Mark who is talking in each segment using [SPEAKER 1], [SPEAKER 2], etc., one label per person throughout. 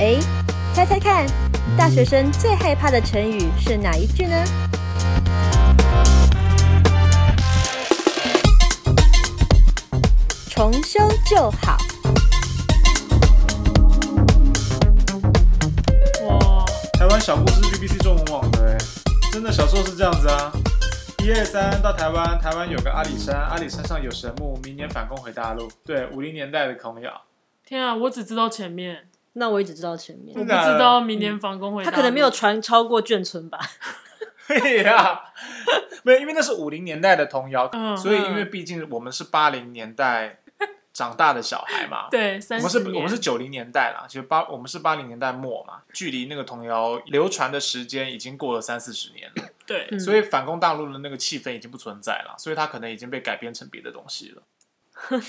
[SPEAKER 1] 哎学生最害怕的成语是哪一句呢？重修旧好。
[SPEAKER 2] 哇，台湾小故事 BBC 中文网的哎，真的小时候是这样子啊。一二三到台湾，台湾有个阿里山，阿里山上有神木，明年反攻回大陆。对，五零年代的童谣，
[SPEAKER 3] 天啊，我只知道前面，
[SPEAKER 4] 那我也只知道前面
[SPEAKER 3] 我
[SPEAKER 2] 真
[SPEAKER 3] 不
[SPEAKER 2] 的假的啊
[SPEAKER 3] 知道明年防工会。
[SPEAKER 4] 嗯他可能没有传超过眷村吧。
[SPEAKER 2] 对呀，没有，因为那是五零年代的童谣，
[SPEAKER 3] 嗯
[SPEAKER 2] 所以因为毕竟我们是八零年代长大的小孩嘛，
[SPEAKER 3] 对，三
[SPEAKER 2] 我
[SPEAKER 3] 十
[SPEAKER 2] 们是
[SPEAKER 3] 年
[SPEAKER 2] 我们是九零年代啦，其实八我们是八零年代末嘛，距离那个童谣流传的时间已经过了三四十年了，
[SPEAKER 3] 对，
[SPEAKER 4] 嗯
[SPEAKER 2] 所以反攻大陆的那个气氛已经不存在了，所以它可能已经被改编成别的东西了。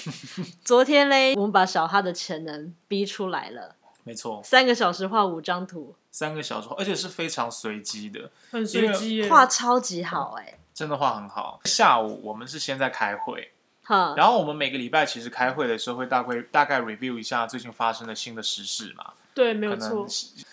[SPEAKER 4] 昨天嘞，我们把小哈的潜能逼出来了，
[SPEAKER 2] 没错，
[SPEAKER 4] 三个小时画五张图，
[SPEAKER 2] 三个小时，而且是非常随机的，
[SPEAKER 3] 很随机
[SPEAKER 2] 嗯
[SPEAKER 3] 耶。
[SPEAKER 4] 画超级好哎、
[SPEAKER 2] 真的画很好。下午我们是先在开会，
[SPEAKER 4] 哈，
[SPEAKER 2] 然后我们每个礼拜其实开会的时候会大概大概 review 一下最近发生的新的时事嘛，
[SPEAKER 3] 对，没有
[SPEAKER 2] 可
[SPEAKER 3] 错。
[SPEAKER 2] 能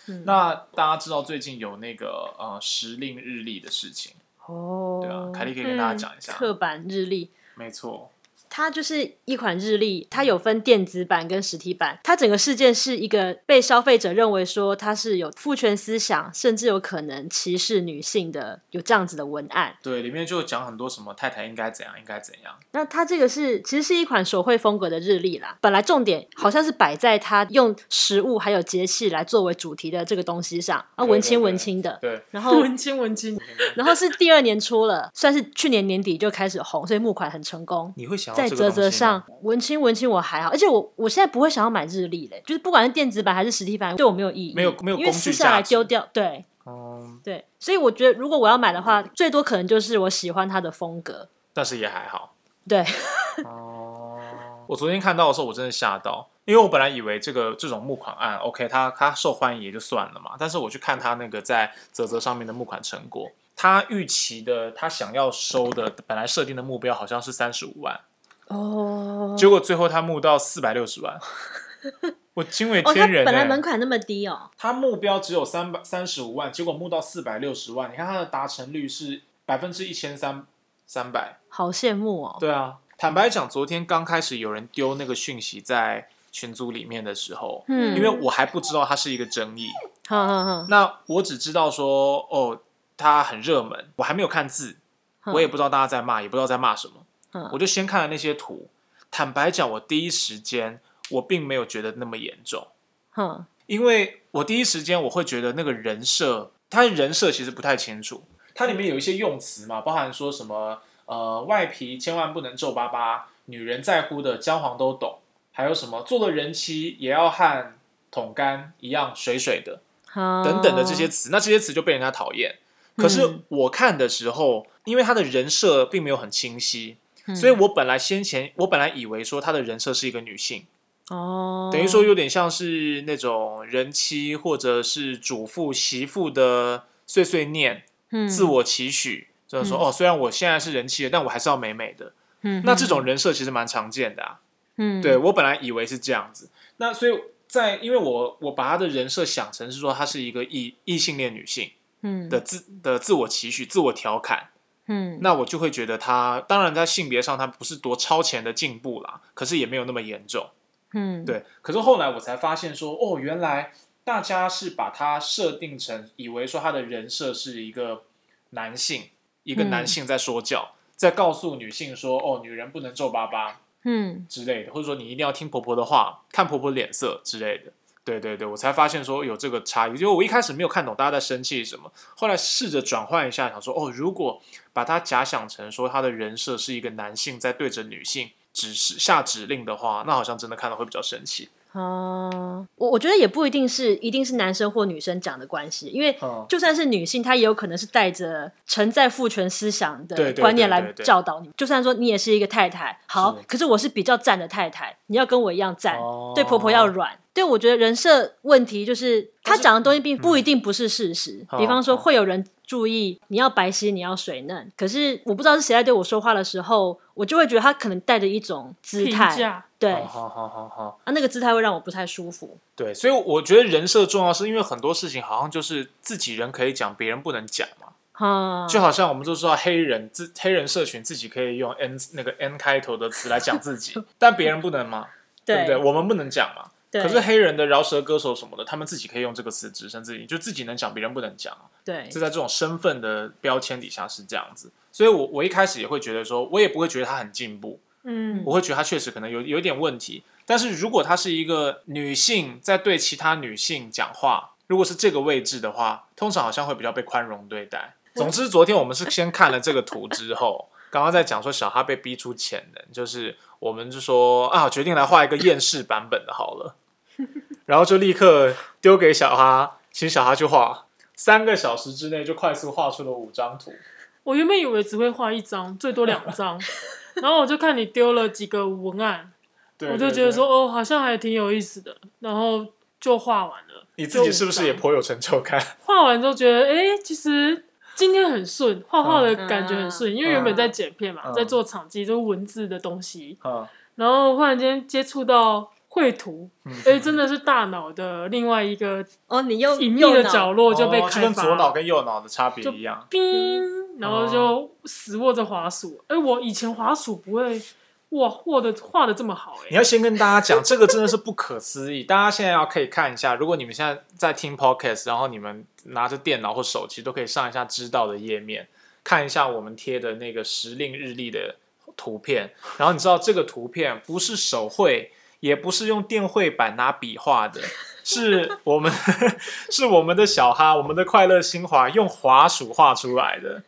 [SPEAKER 4] 嗯
[SPEAKER 2] 那大家知道最近有那个呃时令日历的事情，
[SPEAKER 4] 哦，
[SPEAKER 2] 对啊，凯莉可以跟大家讲一下，
[SPEAKER 4] 刻板日历。
[SPEAKER 2] 没错。
[SPEAKER 4] 它就是一款日历，它有分电子版跟实体版。它整个事件是一个被消费者认为说它是有父权思想，甚至有可能歧视女性的，有这样子的文案。
[SPEAKER 2] 对，里面就讲很多什么太太应该怎样，应该怎样。
[SPEAKER 4] 那它这个是其实是一款手绘风格的日历啦。本来重点好像是摆在它用食物还有节气来作为主题的这个东西上啊，
[SPEAKER 2] 对
[SPEAKER 4] 文
[SPEAKER 2] 对
[SPEAKER 4] 青
[SPEAKER 2] 对
[SPEAKER 4] 文青的。
[SPEAKER 2] 对，
[SPEAKER 4] 然后，
[SPEAKER 3] 文青文青，
[SPEAKER 4] 然后是第二年出了，算是去年年底就开始红，所以募款很成功。
[SPEAKER 2] 你会想要
[SPEAKER 4] 在
[SPEAKER 2] 这
[SPEAKER 4] 泽
[SPEAKER 2] 个东
[SPEAKER 4] 泽
[SPEAKER 2] 西吗
[SPEAKER 4] 上，文青文青我还好，而且我我现在不会想要买日历嘞，就是不管是电子版还是实体版，对我没有意义，
[SPEAKER 2] 没有没有
[SPEAKER 4] 因
[SPEAKER 2] 工
[SPEAKER 4] 为
[SPEAKER 2] 具
[SPEAKER 4] 撕下
[SPEAKER 2] 价
[SPEAKER 4] 来
[SPEAKER 2] 值
[SPEAKER 4] 丢掉，对
[SPEAKER 2] 嗯，
[SPEAKER 4] 对，所以我觉得如果我要买的话，最多可能就是我喜欢它的风格，
[SPEAKER 2] 但是也还好。
[SPEAKER 4] 对，
[SPEAKER 2] 哦，我昨天看到的时候，我真的吓到，因为我本来以为这个这种募款案，OK，它它受欢迎也就算了嘛，但是我去看它那个在泽泽上面的募款成果，它预期的它想要收的本来设定的目标好像是三十五万，
[SPEAKER 4] 哦
[SPEAKER 2] 结果最后它募到四百六十 万，我惊为
[SPEAKER 4] 哦，它
[SPEAKER 2] 天人、欸。
[SPEAKER 4] 本来门槛那么低哦，
[SPEAKER 2] 他目标只有三百三十五万，结果募到四百六十万，你看他的达成率是百分之一千三三百。
[SPEAKER 4] 好羡慕哦，
[SPEAKER 2] 对啊，坦白讲，昨天刚开始有人丢那个讯息在群组里面的时候，
[SPEAKER 4] 嗯，
[SPEAKER 2] 因为我还不知道它是一个争议，
[SPEAKER 4] 哈哈哈，
[SPEAKER 2] 那我只知道说哦，它很热门，我还没有看字，
[SPEAKER 4] 嗯
[SPEAKER 2] 我也不知道大家在骂，也不知道在骂什么，
[SPEAKER 4] 嗯
[SPEAKER 2] 我就先看了那些图。坦白讲，我第一时间我并没有觉得那么严重。
[SPEAKER 4] 哼，
[SPEAKER 2] 因为我第一时间我会觉得那个人设，他的人设其实不太清楚，它里面有一些用词嘛，包含说什么呃外皮千万不能皱巴巴，女人在乎的姜黄都懂，还有什么做了人妻也要和桶干一样水水的
[SPEAKER 4] 哈
[SPEAKER 2] 等等的这些，词，那这些词就被人家讨厌。可是
[SPEAKER 4] 哦嗯
[SPEAKER 2] 我看的时候，因为他的人设并没有很清晰，
[SPEAKER 4] 嗯
[SPEAKER 2] 所以我本来先前我本来以为说他的人设是一个女性。
[SPEAKER 4] 哦，
[SPEAKER 2] 等于说有点像是那种人妻或者是主妇、媳妇的碎碎念、
[SPEAKER 4] 嗯
[SPEAKER 2] 自，我期许，就是说、
[SPEAKER 4] 嗯
[SPEAKER 2] 哦，虽然我现在是人妻了，但我还是要美美的。
[SPEAKER 4] 嗯
[SPEAKER 2] 那这种，人设其实蛮常见的啊。
[SPEAKER 4] 嗯，
[SPEAKER 2] 对我本来以为是这样子，那所以在因为我我把她的人设想成是说她是一个异异性恋女性
[SPEAKER 4] 嗯
[SPEAKER 2] 的自的自我期许、自我调侃，
[SPEAKER 4] 嗯，
[SPEAKER 2] 那我就会觉得她当然在性别上她不是多超前的进步啦，可是也没有那么严重。
[SPEAKER 4] 嗯，
[SPEAKER 2] 对，可是后来我才发现说，哦，原来大家是把它设定成，以为说他的人设是一个男性，一个男
[SPEAKER 4] 嗯
[SPEAKER 2] 性在说教，在告诉女性说，哦，女人不能皱巴巴
[SPEAKER 4] 嗯，
[SPEAKER 2] 之类的，或者说你一定要听婆婆的话，看婆婆脸色之类的。对对对，我才发现说有这个差异，因为我一开始没有看懂大家在生气什么，后来试着转换一下，想说哦，如果把它假想成说他的人设是一个男性在对着女性指示下指令的话，那好像真的看到会比较生气。
[SPEAKER 4] 哦，我我觉得也不一定是一定是男生或女生讲的关系，因为
[SPEAKER 2] 嗯
[SPEAKER 4] 就算是女性，她也有可能是带着承载父权思想
[SPEAKER 2] 对
[SPEAKER 4] 的
[SPEAKER 2] 对对
[SPEAKER 4] 观念
[SPEAKER 2] 对
[SPEAKER 4] 来
[SPEAKER 2] 对
[SPEAKER 4] 教导你。就算说你也是一个太太，好
[SPEAKER 2] 是，
[SPEAKER 4] 可是我是比较站的太太，你要跟我一样站，
[SPEAKER 2] 哦
[SPEAKER 4] 对婆婆要软，对，我觉得人设问题就是他
[SPEAKER 2] 但是
[SPEAKER 4] 讲的东西并不一定不是事实。
[SPEAKER 2] 嗯
[SPEAKER 4] 比方说，
[SPEAKER 2] 好好
[SPEAKER 4] 会有人注意你要白皙，你要水嫩，可是我不知道是谁在对我说话的时候，我就会觉得他可能带着一种姿
[SPEAKER 3] 评
[SPEAKER 4] 态，
[SPEAKER 3] 价
[SPEAKER 4] 对，
[SPEAKER 2] 好
[SPEAKER 4] 啊，
[SPEAKER 2] 好好好好，
[SPEAKER 4] 那个姿态会让我不太舒服。
[SPEAKER 2] 对，所以我觉得人设重要，是因为很多事情好像就是自己人可以讲，别人不能讲嘛。
[SPEAKER 4] 哈、
[SPEAKER 2] 就好像我们都知道黑人自黑人社群自己可以用 n 那个 n 开头的词来讲 自己，但别人不能嘛，对不对？
[SPEAKER 4] 对
[SPEAKER 2] 我们不能讲嘛。
[SPEAKER 4] 对，
[SPEAKER 2] 可是黑人的饶舌歌手什么的，他们自己可以用这个词指称自己，就自己能讲，别人不能讲啊。
[SPEAKER 4] 对
[SPEAKER 2] 这在这种身份的标签底下是这样子，所以我我一开始也会觉得说，我也不会觉得他很进步，
[SPEAKER 3] 嗯，
[SPEAKER 2] 我会觉得他确实可能有有一点问题。但是如果她是一个女性在对其他女性讲话，如果是这个位置的话，通常好像会比较被宽容对待。总之，昨天我们是先看了这个图之后，刚刚在讲说小哈被逼出潜能，就是我们就说啊，决定来画一个厌世版本的好了， 然后就立刻丢给小哈，请小哈去画。三个小时之内就快速画出了五张图，
[SPEAKER 3] 我原本以为只会画一张，最多两 张，然后我就看你丢了几个文案，
[SPEAKER 2] 对
[SPEAKER 3] 我
[SPEAKER 2] 对
[SPEAKER 3] 就觉得
[SPEAKER 2] 对
[SPEAKER 3] 说哦，好像还挺有意思的，然后就画完了。
[SPEAKER 2] 你自己是不是
[SPEAKER 3] 就
[SPEAKER 2] 也
[SPEAKER 3] 五张
[SPEAKER 2] 颇有成就感？
[SPEAKER 3] 画完之后觉得，哎、其实今天很顺，画画的感觉
[SPEAKER 4] 嗯
[SPEAKER 3] 很顺，因为原本在剪片嘛，
[SPEAKER 2] 嗯
[SPEAKER 3] 在做场记，就是文字的东西，
[SPEAKER 2] 嗯
[SPEAKER 3] 然后忽然间接触到绘图，
[SPEAKER 2] 嗯
[SPEAKER 3] 哎、真的是大脑的另外一个
[SPEAKER 4] 哦，你又
[SPEAKER 3] 隐秘
[SPEAKER 4] 右
[SPEAKER 3] 的
[SPEAKER 4] 脑
[SPEAKER 3] 角落就被
[SPEAKER 2] 哦就
[SPEAKER 3] 开
[SPEAKER 2] 跟
[SPEAKER 3] 发。
[SPEAKER 2] 左脑跟右脑的差别一样。
[SPEAKER 4] 嗯
[SPEAKER 3] 冰，然后就死握着滑鼠。哎、我以前滑鼠不会哇握的画的这么好哎、
[SPEAKER 2] 你要先跟大家讲，这个真的是不可思议。大家现在要可以看一下，如果你们现在在听 podcast，然后你们拿着电脑或手机，都可以上一下知道的页面，看一下我们贴的那个时令日历的图片。然后你知道这个图片不是手绘，也不是用电绘板拿笔画的，是我们 是我们的小哈，我们的快乐新华用滑鼠画出来的。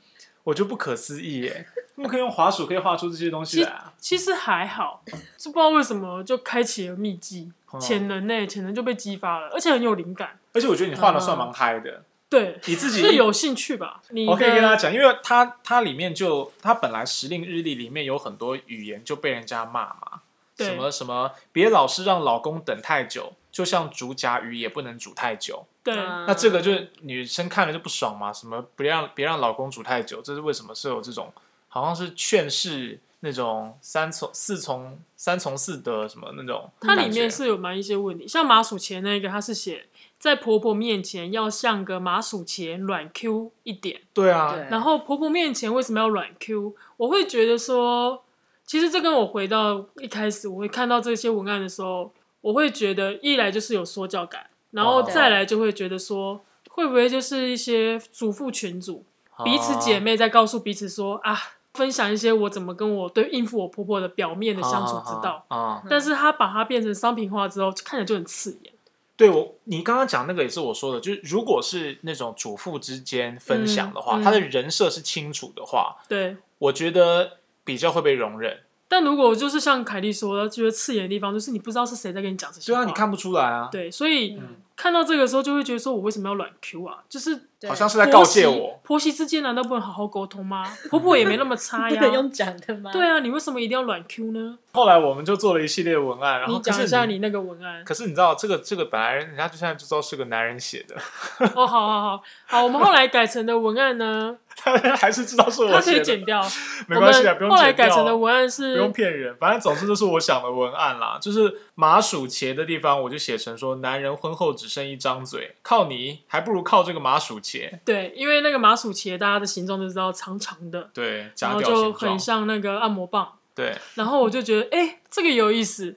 [SPEAKER 2] 我觉得不可思议耶！他们可以用滑鼠可以画出这些东西来、啊。
[SPEAKER 3] 其实还好，就不知道为什么就开启了秘籍
[SPEAKER 2] 哦
[SPEAKER 3] 潜能呢、潜能就被激发了，而且很有灵感。
[SPEAKER 2] 而且我觉得你画的
[SPEAKER 3] 嗯
[SPEAKER 2] 算蛮嗨的，
[SPEAKER 3] 对，
[SPEAKER 2] 你自己哦
[SPEAKER 3] 是有兴趣吧？你
[SPEAKER 2] 我可以跟大家
[SPEAKER 3] 的
[SPEAKER 2] 讲，因为它它里面就它本来时令日历里面有很多语言就被人家骂嘛，
[SPEAKER 3] 对
[SPEAKER 2] 什么什么别老是让老公等太久，就像煮甲鱼也不能煮太久。
[SPEAKER 3] 对，
[SPEAKER 4] 嗯
[SPEAKER 2] 那这个就是女生看了就不爽嘛，什么不让别让老公煮太久，这是为什么是有这种好像是劝世那种三从四从三从四德什么那种
[SPEAKER 3] 它
[SPEAKER 2] 感觉，
[SPEAKER 3] 里面是有蛮一些问题，像麻薯茄那个，它是写在婆婆面前要像个麻薯茄软 Q 一点。
[SPEAKER 2] 对啊，
[SPEAKER 4] 对
[SPEAKER 3] 然后婆婆面前为什么要软 Q？我会觉得说，其实这跟我回到一开始，我会看到这些文案的时候，我会觉得一来就是有说教感，然后
[SPEAKER 2] 哦
[SPEAKER 3] 再来就会觉得说，会不会就是一些主妇群组彼此姐
[SPEAKER 2] 妹。
[SPEAKER 3] 妹在告诉彼此说啊，分享一些我怎么跟我对应付我婆婆的表面的相处之道。
[SPEAKER 2] 啊。啊
[SPEAKER 3] 但是她把它变成商品化之后，看起来就很刺眼。
[SPEAKER 2] 对我，你刚刚讲那个也是我说的，就是如果是那种主妇之间分享的话，
[SPEAKER 3] 嗯嗯
[SPEAKER 2] 他的人设是清楚的话，
[SPEAKER 3] 对，
[SPEAKER 2] 我觉得比较会被容忍。
[SPEAKER 3] 但如果就是像凯莉说的，觉得刺眼的地方就是你不知道是谁在跟你讲这些
[SPEAKER 2] 对
[SPEAKER 3] 话。
[SPEAKER 2] 啊，你看不出来啊，
[SPEAKER 3] 对，所以
[SPEAKER 2] 嗯
[SPEAKER 3] 看到这个时候就会觉得说，我为什么要软 Q 啊？就是
[SPEAKER 4] 对
[SPEAKER 2] 好像是在告诫
[SPEAKER 3] 婆媳
[SPEAKER 2] 我。
[SPEAKER 3] 婆媳之间难道不能好好沟通 吗？婆婆也没那么差
[SPEAKER 4] 不能
[SPEAKER 3] 呀。
[SPEAKER 4] 用讲的吗？
[SPEAKER 3] 对啊，你为什么一定要软 Q 呢？
[SPEAKER 2] 后来我们就做了一系列文案，然后
[SPEAKER 3] 你
[SPEAKER 2] 可
[SPEAKER 3] 讲
[SPEAKER 2] 是
[SPEAKER 3] 一下你那个文案。
[SPEAKER 2] 可是你知道这个这个本来人家就现在就知道是个男人写的，
[SPEAKER 3] 哦，好好好好，我们后来改成的文案呢，
[SPEAKER 2] 他还是知道是
[SPEAKER 3] 它
[SPEAKER 2] 我
[SPEAKER 3] 可
[SPEAKER 2] 写
[SPEAKER 3] 以
[SPEAKER 2] 的，
[SPEAKER 3] 减掉。
[SPEAKER 2] 没关系啊，不
[SPEAKER 3] 我
[SPEAKER 2] 用
[SPEAKER 3] 们后来
[SPEAKER 2] 剪
[SPEAKER 3] 改成的
[SPEAKER 2] 掉。
[SPEAKER 3] 文案
[SPEAKER 2] 不
[SPEAKER 3] 是
[SPEAKER 2] 用骗人，反正总之就是我想的文案啦，就是麻薯茄的地方，我就写成说男人婚后只剩一张嘴，靠你还不如靠这个麻薯茄。
[SPEAKER 3] 对，因为那个麻薯茄大家的形状都知道长长的，
[SPEAKER 2] 对，
[SPEAKER 3] 然
[SPEAKER 2] 夹
[SPEAKER 3] 后
[SPEAKER 2] 掉
[SPEAKER 3] 就
[SPEAKER 2] 形
[SPEAKER 3] 很
[SPEAKER 2] 状，
[SPEAKER 3] 像那个按摩棒。
[SPEAKER 2] 对
[SPEAKER 3] 然后我就觉得，哎、这个有意思。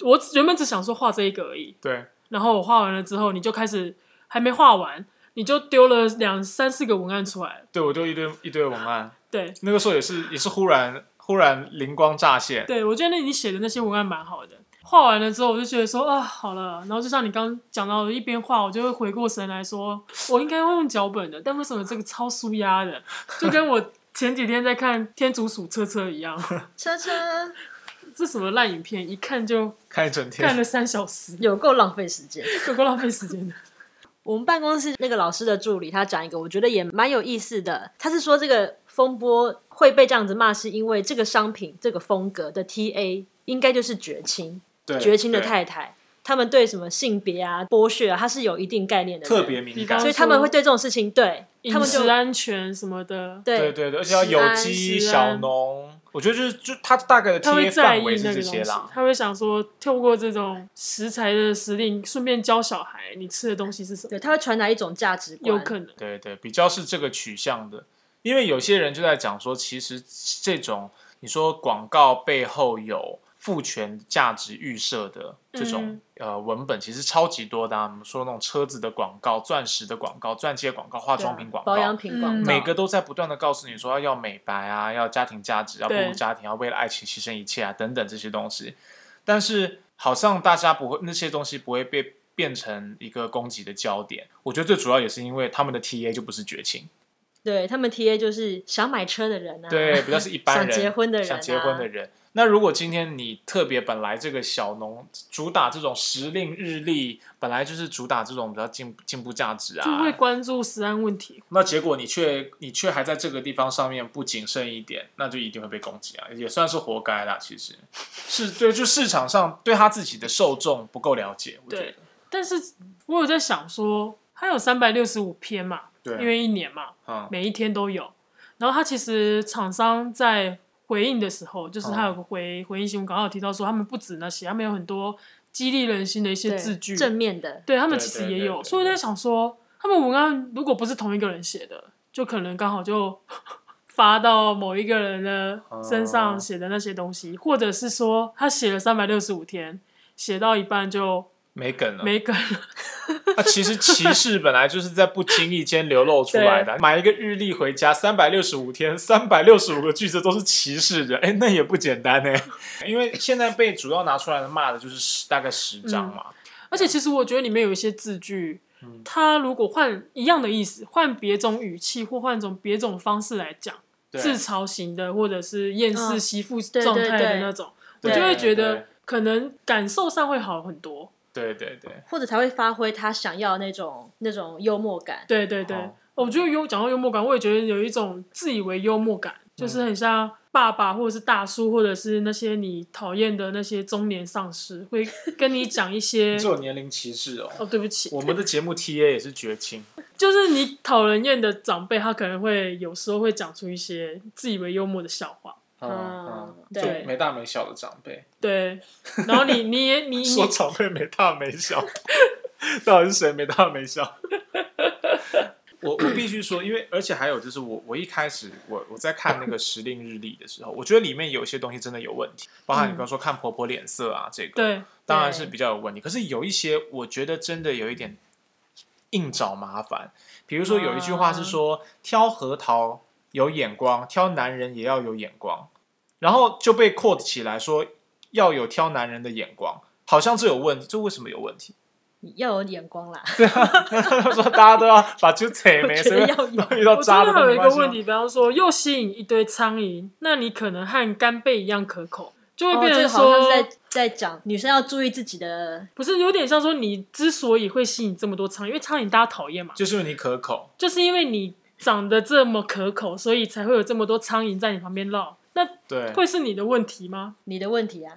[SPEAKER 3] 我原本只想说画这一个而已，
[SPEAKER 2] 对，
[SPEAKER 3] 然后我画完了之后，你就开始还没画完，你就丢了两三四个文案出来了。
[SPEAKER 2] 对我就一堆一堆文案，
[SPEAKER 3] 对，
[SPEAKER 2] 那个时候也是也是忽然忽然灵光乍现，
[SPEAKER 3] 对我觉得那你写的那些文案蛮好的。画完了之后，我就觉得说啊，好了。然后就像你刚讲到的，一边画，我就会回过神来说，我应该会用脚本的，但为什么这个超舒压的，就跟我前几天在看《天竺鼠车车》一样，
[SPEAKER 4] 车车
[SPEAKER 3] 这什么烂影片，一看就
[SPEAKER 2] 看一整
[SPEAKER 3] 看
[SPEAKER 2] 天，
[SPEAKER 3] 了三小时，
[SPEAKER 4] 有够浪费时间。
[SPEAKER 3] 有够浪费时间的。
[SPEAKER 4] 我们办公室那个老师的助理，他讲一个我觉得也蛮有意思的，他是说这个风波会被这样子骂，是因为这个商品这个风格的 TA 应该就是绝亲，
[SPEAKER 2] 对，
[SPEAKER 4] 绝亲的
[SPEAKER 2] 对，
[SPEAKER 4] 太太，他们对什么性别啊、剥削啊，它是有一定概念的人，
[SPEAKER 2] 特别敏
[SPEAKER 3] 比
[SPEAKER 2] 感
[SPEAKER 3] 方。
[SPEAKER 4] 所以他们会对这种事情，对他
[SPEAKER 3] 饮
[SPEAKER 4] 们就
[SPEAKER 3] 食安全什么的，
[SPEAKER 2] 对
[SPEAKER 4] 对
[SPEAKER 2] 对对，而且要有机
[SPEAKER 3] 食安
[SPEAKER 2] 小农，我觉得就是就它大概的
[SPEAKER 3] 他会
[SPEAKER 2] 贴
[SPEAKER 3] 在
[SPEAKER 2] 范
[SPEAKER 3] 意
[SPEAKER 2] 围
[SPEAKER 3] 那
[SPEAKER 2] 是
[SPEAKER 3] 个
[SPEAKER 2] 这
[SPEAKER 3] 东西
[SPEAKER 2] 些啦，。
[SPEAKER 3] 他会想说，透过这种食材的时令，顺便教小孩你吃的东西是什么，
[SPEAKER 4] 对，他会传达一种价值观，
[SPEAKER 3] 有可能
[SPEAKER 2] 对对，比较是这个取向的，因为有些人就在讲说，其实这种你说广告背后有父权价值预设的这种、
[SPEAKER 3] 嗯
[SPEAKER 2] 呃文本，其实超级多的、啊。我们说那种车子的广告、钻石的广告、钻戒广告、化
[SPEAKER 4] 对啊
[SPEAKER 2] 妆品广告、
[SPEAKER 4] 保养品广
[SPEAKER 3] 嗯
[SPEAKER 4] 告，
[SPEAKER 2] 每个都在不断的告诉你说要美白啊，要家庭价值，要步
[SPEAKER 3] 对
[SPEAKER 2] 入家庭，要为了爱情牺牲一切啊，等等这些东西。但是好像大家不会那些东西不会被变成一个攻击的焦点。我觉得最主要也是因为他们的 TA 就不是绝情，
[SPEAKER 4] 对他们 TA 就是想买车的人啊，
[SPEAKER 2] 对，比较是一般人
[SPEAKER 4] 想结婚的人啊
[SPEAKER 2] 想结婚的人。那如果今天你特别本来这个小农主打这种时令日历，本来就是主打这种比较进进步价值啊，
[SPEAKER 3] 就会关注食安问题。
[SPEAKER 2] 那结果你却你却还在这个地方上面不谨慎一点，那就一定会被攻击啊，也算是活该啦。其实是对，就市场上对他自己的受众不够了解，我觉得
[SPEAKER 3] 对但是我有在想说，它有三百六十五篇嘛，
[SPEAKER 2] 对，啊
[SPEAKER 3] 因为一年嘛，
[SPEAKER 2] 嗯
[SPEAKER 3] 每一天都有。然后它其实厂商在回应的时候，就是
[SPEAKER 2] 哦
[SPEAKER 3] 它有个回、回应新闻稿，它有提到说他们不止那些，他们有很多激励人心的一些
[SPEAKER 4] 对
[SPEAKER 3] 字句，
[SPEAKER 4] 正面的，
[SPEAKER 3] 对他们
[SPEAKER 2] 对
[SPEAKER 3] 其实
[SPEAKER 2] 对
[SPEAKER 3] 也
[SPEAKER 2] 对
[SPEAKER 3] 有。
[SPEAKER 2] 对
[SPEAKER 3] 所以我
[SPEAKER 2] 对
[SPEAKER 3] 在想说，他们文案如果不是同一个人写的，就可能刚好就 发到某一个人的身
[SPEAKER 2] 哦
[SPEAKER 3] 上写的那些东西，或者是说他写了三百六十五天，写到一半就
[SPEAKER 2] 没梗了。
[SPEAKER 3] 没梗了。
[SPEAKER 2] 那、其实歧视本来就是在不经意间流露出来的。买一个日历回家，三百六十五天，三百六十五个句子都是歧视的，哎，那也不简单呢。因为现在被主要拿出来的骂的就是十大概十章嘛，
[SPEAKER 3] 而且其实我觉得里面有一些字句，
[SPEAKER 2] 嗯
[SPEAKER 3] 它如果换一样的意思，换别种语气或换种别种方式来讲，
[SPEAKER 2] 对
[SPEAKER 3] 自嘲型的或者是厌世媳妇
[SPEAKER 4] 嗯对
[SPEAKER 3] 状态的
[SPEAKER 4] 对
[SPEAKER 3] 那种，
[SPEAKER 2] 对
[SPEAKER 3] 我就会觉
[SPEAKER 2] 对
[SPEAKER 3] 得可能感受上会好很多。
[SPEAKER 2] 对对对，
[SPEAKER 4] 或者才会发挥他想要那种那种幽默感，
[SPEAKER 3] 对对对，
[SPEAKER 2] 好
[SPEAKER 3] 我觉得幽讲到幽默感，我也觉得有一种自以为幽默感，
[SPEAKER 2] 嗯
[SPEAKER 3] 就是很像爸爸或者是大叔，或者是那些你讨厌的那些中年上司，会跟你讲一 些
[SPEAKER 2] 这。种年龄歧视哦。
[SPEAKER 3] 哦，对不起，
[SPEAKER 2] 我们的节目 TA 也是绝情。
[SPEAKER 3] 就是你讨人厌的长辈，他可能会有时候会讲出一些自以为幽默的笑话，
[SPEAKER 2] 嗯，嗯
[SPEAKER 4] 对
[SPEAKER 2] 就没大没小的长辈，
[SPEAKER 3] 对。然后你你也你你
[SPEAKER 2] 说长辈没大没 小，到底是谁没大没 小？我我必须说，因为而且还有就是我我一开始我我在看那个时令日历的时候，我觉得里面有些东西真的有问题，包含你比方说看婆婆脸色啊，这个
[SPEAKER 3] 对
[SPEAKER 2] 当然是比较有问题。可是有一些，我觉得真的有一点硬找麻烦。比如说有一句话是说，挑核桃有眼光，挑男人也要有眼光，然后就被 quote 起来说要有挑男人的眼光，好像这有问题，这为什么有问题？
[SPEAKER 4] 要有眼光啦。
[SPEAKER 2] 他说大家都要把就踩没，
[SPEAKER 4] 我觉
[SPEAKER 2] 所
[SPEAKER 4] 得
[SPEAKER 2] 以
[SPEAKER 4] 要有
[SPEAKER 2] 遇到
[SPEAKER 3] 我真
[SPEAKER 2] 渣
[SPEAKER 3] 的还
[SPEAKER 2] 的都
[SPEAKER 3] 有
[SPEAKER 2] 没
[SPEAKER 3] 一
[SPEAKER 2] 关
[SPEAKER 3] 个
[SPEAKER 2] 系吗
[SPEAKER 3] 问题，比方说又吸引一堆苍蝇，那你可能和干贝一样可口，就会
[SPEAKER 4] 哦，
[SPEAKER 3] 变
[SPEAKER 4] 这个
[SPEAKER 3] 成
[SPEAKER 4] 好
[SPEAKER 3] 说，
[SPEAKER 4] 像是在在讲女生要注意自己的，
[SPEAKER 3] 不是有点像说你之所以会吸引这么多苍蝇，因为苍蝇大家讨厌嘛，
[SPEAKER 2] 就是因为你可口，
[SPEAKER 3] 就是因为你长得这么可口，所以才会有这么多苍蝇在你旁边绕。那
[SPEAKER 2] 对，
[SPEAKER 3] 会是你的问题吗？
[SPEAKER 4] 你的问题啊，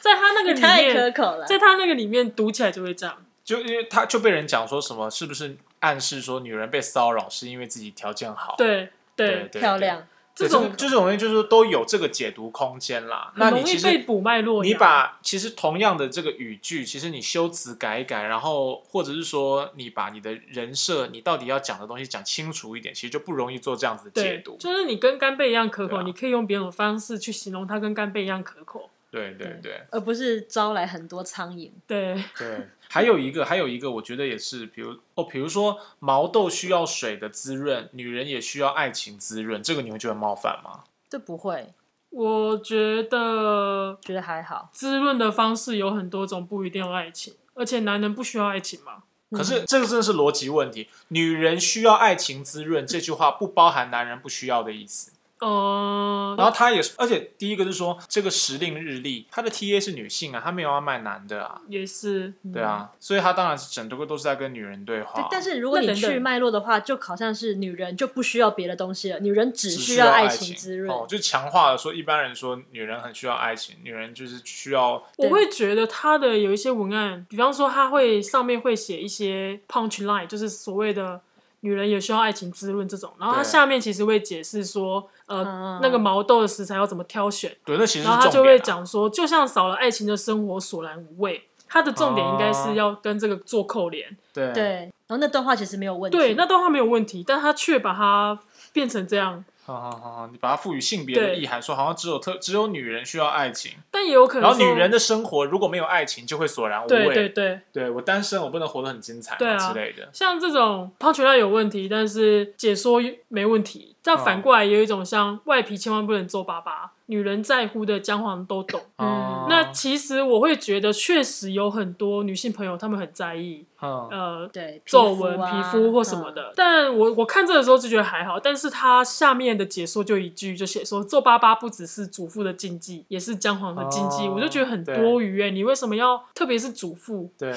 [SPEAKER 3] 在他那个里
[SPEAKER 4] 太
[SPEAKER 3] 面
[SPEAKER 4] 可，口了。
[SPEAKER 3] 在他那个里面读起来就会这样。
[SPEAKER 2] 就因为他就被人讲说什么，是不是暗示说女人被骚扰是因为自己条件好？
[SPEAKER 3] 对
[SPEAKER 2] 对
[SPEAKER 3] 对，
[SPEAKER 2] 对，
[SPEAKER 4] 漂
[SPEAKER 2] 对
[SPEAKER 4] 亮，
[SPEAKER 3] 这
[SPEAKER 2] 对
[SPEAKER 3] 种
[SPEAKER 2] 就这种东西，就是都有这个解读空间啦。那
[SPEAKER 3] 很
[SPEAKER 2] 你
[SPEAKER 3] 容
[SPEAKER 2] 其
[SPEAKER 3] 易被
[SPEAKER 2] 实
[SPEAKER 3] 捕脉络。
[SPEAKER 2] 你把其实同样的这个语句，其实你修辞改一改，然后或者是说你把你的人设，你到底要讲的东西讲清楚一点，其实就不容易做这样子的解
[SPEAKER 3] 对
[SPEAKER 2] 读，。
[SPEAKER 3] 就是你跟干贝一样可
[SPEAKER 2] 对
[SPEAKER 3] 口，
[SPEAKER 2] 啊
[SPEAKER 3] 你可以用别种方式去形容它跟干贝一样可口。
[SPEAKER 2] 对对对
[SPEAKER 4] 而不是招来很多苍蝇。
[SPEAKER 3] 对，
[SPEAKER 2] 对。还有一个，还有一个，我觉得也是，比如哦，比如说毛豆需要水的滋润，女人也需要爱情滋润，这个你会觉得冒犯吗？
[SPEAKER 4] 这不会，
[SPEAKER 3] 我觉得
[SPEAKER 4] 觉得还好。
[SPEAKER 3] 滋润的方式有很多种，不一定要爱情，而且男人不需要爱情嘛。
[SPEAKER 2] 可是这个真的是逻辑问题。女人需要爱情滋润这句话不包含男人不需要的意思，
[SPEAKER 3] 呃，
[SPEAKER 2] 然后他也是，而且第一个是说这个时令日历，他的 TA 是女性啊，他没有要卖男的啊，
[SPEAKER 3] 也是，
[SPEAKER 2] 对啊，所以他当然是整个都是在跟女人对
[SPEAKER 4] 对
[SPEAKER 2] 话。
[SPEAKER 4] 但是如果
[SPEAKER 3] 那
[SPEAKER 4] 你
[SPEAKER 3] 等等
[SPEAKER 4] 去脉络的话，就好像是女人就不需要别的东西了，女人只
[SPEAKER 2] 只
[SPEAKER 4] 需
[SPEAKER 2] 要
[SPEAKER 4] 爱
[SPEAKER 2] 情
[SPEAKER 4] 滋润。
[SPEAKER 2] 哦，就强化了说一般人说女人很需要爱情，女人就是需要
[SPEAKER 3] 我
[SPEAKER 4] 对
[SPEAKER 3] 会觉得他的有一些文案，比方说他会上面会写一些 punch line，就是所谓的女人也需要爱情滋润这种，然后他
[SPEAKER 2] 对
[SPEAKER 3] 下面其实会解释说，呃，
[SPEAKER 4] 嗯
[SPEAKER 3] 那个毛豆的食材要怎么挑选，
[SPEAKER 2] 对，那其实是
[SPEAKER 3] 然后他
[SPEAKER 2] 重
[SPEAKER 3] 就会
[SPEAKER 2] 点、啊。
[SPEAKER 3] 讲说，就像少了爱情的生活索然无味。他的重点应该
[SPEAKER 2] 哦
[SPEAKER 3] 是要跟这个做扣连，
[SPEAKER 2] 对
[SPEAKER 4] 对，然后那段话其实没有问题。
[SPEAKER 3] 对，那段话没有问题，但他却把它变成这样，
[SPEAKER 2] 好好好好，你把它赋予性别的
[SPEAKER 3] 对
[SPEAKER 2] 意涵，说好像只有特只有女人需要爱情，
[SPEAKER 3] 但也有可能
[SPEAKER 2] 然后
[SPEAKER 3] 说，
[SPEAKER 2] 女人的生活如果没有爱情就会索然无味。
[SPEAKER 3] 对对对，
[SPEAKER 2] 对我单身我不能活得很精彩嘛
[SPEAKER 3] 对啊
[SPEAKER 2] 之类的。
[SPEAKER 3] 像这种抛球量有问题，但是解说没问题。
[SPEAKER 2] 嗯
[SPEAKER 3] 但反过来也有一种像外皮千万不能皱巴巴，女人在乎的姜黄都懂。
[SPEAKER 4] 嗯
[SPEAKER 2] 哦
[SPEAKER 3] 那其实我会觉得，确实有很多女性朋友她们很在意，
[SPEAKER 2] 嗯
[SPEAKER 3] 呃。
[SPEAKER 4] 对，
[SPEAKER 3] 皱纹、
[SPEAKER 4] 啊
[SPEAKER 3] 皮肤或什么。
[SPEAKER 4] 嗯
[SPEAKER 3] 的，但我我看这个时候就觉得还好，但是它下面的解说就一句就写说皱巴巴不只是主妇的禁忌，也是姜黄的禁忌，
[SPEAKER 2] 哦
[SPEAKER 3] 我就觉得很
[SPEAKER 2] 对
[SPEAKER 3] 多余哎、你为什么要特别是主妇？
[SPEAKER 2] 对，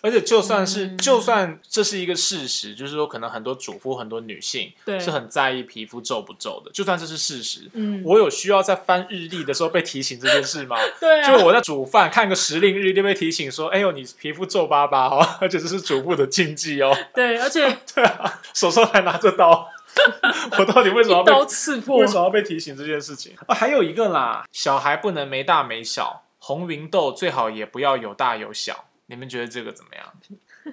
[SPEAKER 2] 而且就算是、
[SPEAKER 4] 嗯
[SPEAKER 2] 就算这是一个事实，就是说可能很多主妇、很多女性
[SPEAKER 3] 对，
[SPEAKER 2] 是很在意皮肤皱不皱的，就算这是事实。
[SPEAKER 3] 嗯，
[SPEAKER 2] 我有需要在翻日历的时候被提醒这件事吗？
[SPEAKER 3] 对啊，
[SPEAKER 2] 就我在煮饭看个时令日历被提醒说，哎呦你皮肤皱巴巴哦， 而且这是主妇的禁忌哦。
[SPEAKER 3] 对，而 且
[SPEAKER 2] 对啊，手上还拿着 刀，我到底为什么要
[SPEAKER 3] 一
[SPEAKER 2] 被
[SPEAKER 3] 刀刺破，
[SPEAKER 2] 为什么要被提醒这件事情？啊，还有一个啦，小孩不能没大没小，红芸豆最好也不要有大有小。你们觉得这个怎么 样？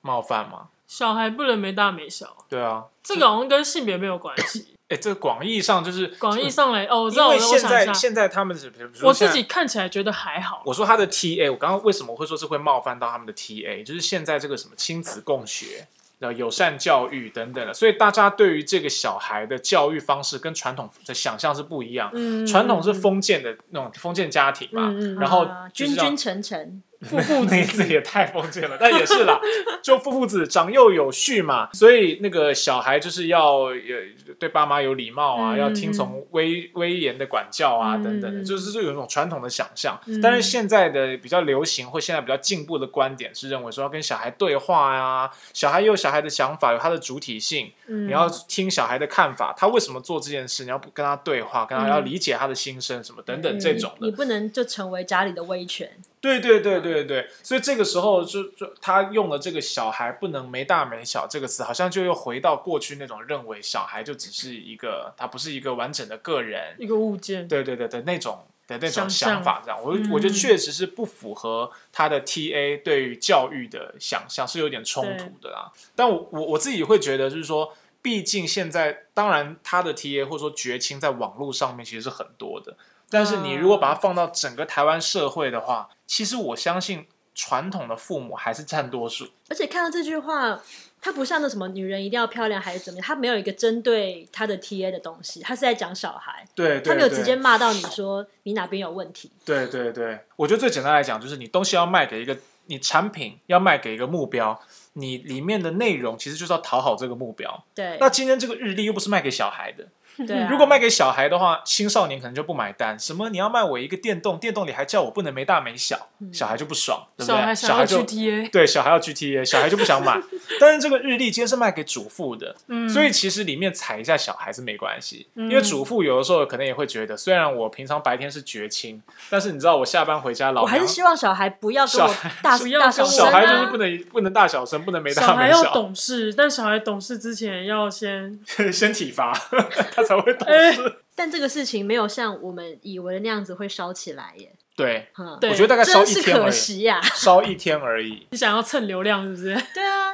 [SPEAKER 2] 冒犯吗？
[SPEAKER 3] 小孩不能没大没小，
[SPEAKER 2] 对啊，
[SPEAKER 3] 这个好像跟性别没有关系。
[SPEAKER 2] 哎，这广义上就是
[SPEAKER 3] 广义，上来，哦，我知
[SPEAKER 2] 因
[SPEAKER 3] 道，我
[SPEAKER 2] 为
[SPEAKER 3] 我
[SPEAKER 2] 现
[SPEAKER 3] 想
[SPEAKER 2] 在
[SPEAKER 3] 一下，
[SPEAKER 2] 现在他们是，比如说
[SPEAKER 3] 我自
[SPEAKER 2] 现在
[SPEAKER 3] 己看起来觉得还好。
[SPEAKER 2] 我说他的 TA，我刚刚为什么会说是会冒犯到他们的 TA？就是现在这个什么亲子共学、呃友善教育等等的，所以大家对于这个小孩的教育方式跟传统的想象是不一样。
[SPEAKER 4] 嗯
[SPEAKER 2] 传统是封建的那种封建家庭嘛，
[SPEAKER 4] 嗯嗯
[SPEAKER 2] 然后
[SPEAKER 4] 啊
[SPEAKER 2] 就是
[SPEAKER 4] 君
[SPEAKER 2] 要
[SPEAKER 4] 君臣臣，
[SPEAKER 2] 父父子子也太封建了，但也是啦，就父父子长幼有序嘛，所以那个小孩就是要也对爸妈有礼貌啊，
[SPEAKER 3] 嗯
[SPEAKER 2] 要听从威威严的管教啊，
[SPEAKER 3] 嗯
[SPEAKER 2] 等等的，就是有一种传统的想象。
[SPEAKER 3] 嗯
[SPEAKER 2] 但是现在的比较流行或现在比较进步的观点是认为说要跟小孩对话啊，小孩也有小孩的想法，有他的主体性，
[SPEAKER 3] 你
[SPEAKER 2] 你要
[SPEAKER 4] 嗯
[SPEAKER 2] 听小孩的看法，他为什么做这件事，你要跟他对话，跟他
[SPEAKER 3] 嗯
[SPEAKER 2] 要理解他的心声什么等等
[SPEAKER 4] 嗯
[SPEAKER 2] 这种的
[SPEAKER 4] 你。不能就成为家里的威权。
[SPEAKER 2] 对对对对对，所以这个时候就就他用了这个“小孩不能没大没小”这个词，好像就又回到过去那种认为小孩就只是一个，他不是一个完整的个人，
[SPEAKER 3] 一个物件，
[SPEAKER 2] 对对对对那种的那种
[SPEAKER 3] 想象
[SPEAKER 2] 想法，这样我就我
[SPEAKER 4] 嗯
[SPEAKER 2] 觉得确实是不符合他的 TA 对于教育的想象，是有点冲突的啦。但我我我自己会觉得，就是说，毕竟现在当然他的 TA 或者说绝亲在网络上面其实是很多的，但是你如果
[SPEAKER 4] 嗯
[SPEAKER 2] 把它放到整个台湾社会的话，其实我相信传统的父母还是占多数。
[SPEAKER 4] 而且看到这句话，它不像那什么女人一定要漂亮还是怎么样，它没有一个针对她的 TA 的东西，它是在讲小孩，
[SPEAKER 2] 对，
[SPEAKER 4] 它
[SPEAKER 2] 对
[SPEAKER 4] 没有
[SPEAKER 2] 对
[SPEAKER 4] 直接骂到你说你哪边有问题。
[SPEAKER 2] 对对对，我觉得最简单来讲，就是你东西要卖给一个，你产品要卖给一个目标，你里面的内容其实就是要讨好这个目标。
[SPEAKER 4] 对，
[SPEAKER 2] 那今天这个日历又不是卖给小孩的，
[SPEAKER 4] 对啊
[SPEAKER 2] 如果卖给小孩的话，青少年可能就不买单。什么你要卖我一个电动，电动里还叫我不能没大没小，小孩就不爽，对
[SPEAKER 3] 嗯
[SPEAKER 2] 不
[SPEAKER 3] 小孩想
[SPEAKER 2] 对？小
[SPEAKER 3] 要
[SPEAKER 2] 孩就
[SPEAKER 3] GTA，
[SPEAKER 2] 对小孩要 GTA，小孩就不 想买。但是这个日历今天是卖给主妇的，
[SPEAKER 3] 嗯，
[SPEAKER 2] 所以其实里面踩一下小孩是没关系，
[SPEAKER 3] 嗯
[SPEAKER 2] 因为主妇有的时候可能也会觉得，虽然我平常白天是绝亲，但是你知道我下班回家老
[SPEAKER 4] 我还是
[SPEAKER 2] 娘
[SPEAKER 4] 希望小孩不要跟我
[SPEAKER 2] 小孩
[SPEAKER 4] 大
[SPEAKER 3] 不要
[SPEAKER 4] 大
[SPEAKER 3] 跟
[SPEAKER 4] 小
[SPEAKER 3] 我
[SPEAKER 2] 小孩就是
[SPEAKER 4] 声啊
[SPEAKER 2] 不能不能大小声，不能没
[SPEAKER 3] 小
[SPEAKER 2] 大
[SPEAKER 3] 孩
[SPEAKER 2] 没
[SPEAKER 3] 要
[SPEAKER 2] 小，
[SPEAKER 3] 懂事，但小孩懂事之前要 先，
[SPEAKER 2] 先体罚他才会懂
[SPEAKER 3] 哎
[SPEAKER 2] 事。
[SPEAKER 4] 但这个事情没有像我们以为的那样子会烧起来耶。
[SPEAKER 2] 对，
[SPEAKER 4] 嗯，
[SPEAKER 3] 对
[SPEAKER 2] 我觉得大概烧
[SPEAKER 4] 真
[SPEAKER 2] 一
[SPEAKER 4] 是
[SPEAKER 2] 天
[SPEAKER 4] 可
[SPEAKER 2] 而已，
[SPEAKER 4] 惜呀、
[SPEAKER 2] 烧一天而已。
[SPEAKER 3] 你想要蹭流量是不是？
[SPEAKER 4] 对啊，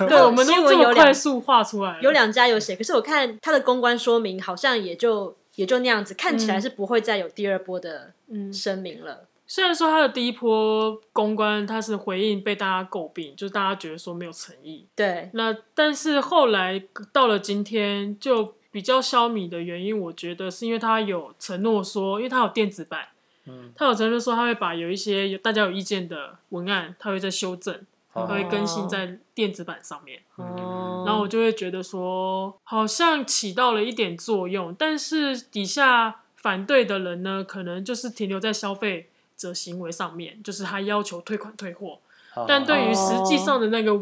[SPEAKER 3] 对，我们都
[SPEAKER 4] 新
[SPEAKER 3] 这
[SPEAKER 4] 闻有
[SPEAKER 3] 么快
[SPEAKER 4] 两
[SPEAKER 3] 速画出来了，
[SPEAKER 4] 有两家有写，可是我看他的公关说明好像也就也就那样子，看起来是不会再有第二波的
[SPEAKER 3] 嗯，
[SPEAKER 4] 声明了。
[SPEAKER 3] 虽然说他的第一波公关他是回应被大家诟病，就是大家觉得说没有诚意，
[SPEAKER 4] 对，
[SPEAKER 3] 那但是后来到了今天，就比较消弭的原因，我觉得是因为他有承诺说，因为他有电子版，
[SPEAKER 2] 嗯，
[SPEAKER 3] 他有承诺说他会把有一些有大家有意见的文案，他会再修正，它会更新在电子版上面。
[SPEAKER 4] 哦
[SPEAKER 3] 然后嗯我就会觉得说，好像起到了一点作用，但是底下反对的人呢，可能就是停留在消费者行为上面，就是他要求退款退货，
[SPEAKER 2] 哦
[SPEAKER 3] 但对于实
[SPEAKER 4] 哦
[SPEAKER 3] 际上的那个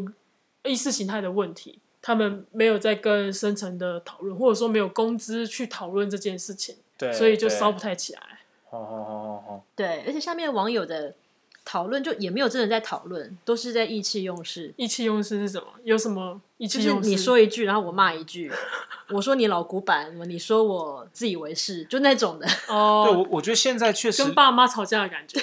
[SPEAKER 3] 意识形态的问题，他们没有在跟深层的讨论，或者说没有公知去讨论这件事情，
[SPEAKER 2] 对，
[SPEAKER 3] 所以就
[SPEAKER 2] 对
[SPEAKER 3] 烧不。太起来。
[SPEAKER 2] 哦哦哦哦
[SPEAKER 4] 对，而且下面网友的讨论就也没有真的在讨论，都是在意气用事。
[SPEAKER 3] 意气用事是什么？有什么意
[SPEAKER 4] 就
[SPEAKER 3] 气
[SPEAKER 4] 是
[SPEAKER 3] 用事？
[SPEAKER 4] 你说一句，然后我骂一 句，我说你老古板，你说我自以为是，就那种的。
[SPEAKER 2] 哦，
[SPEAKER 3] 哦，
[SPEAKER 2] 对我我觉得现在确实
[SPEAKER 3] 跟爸妈吵架的 感觉。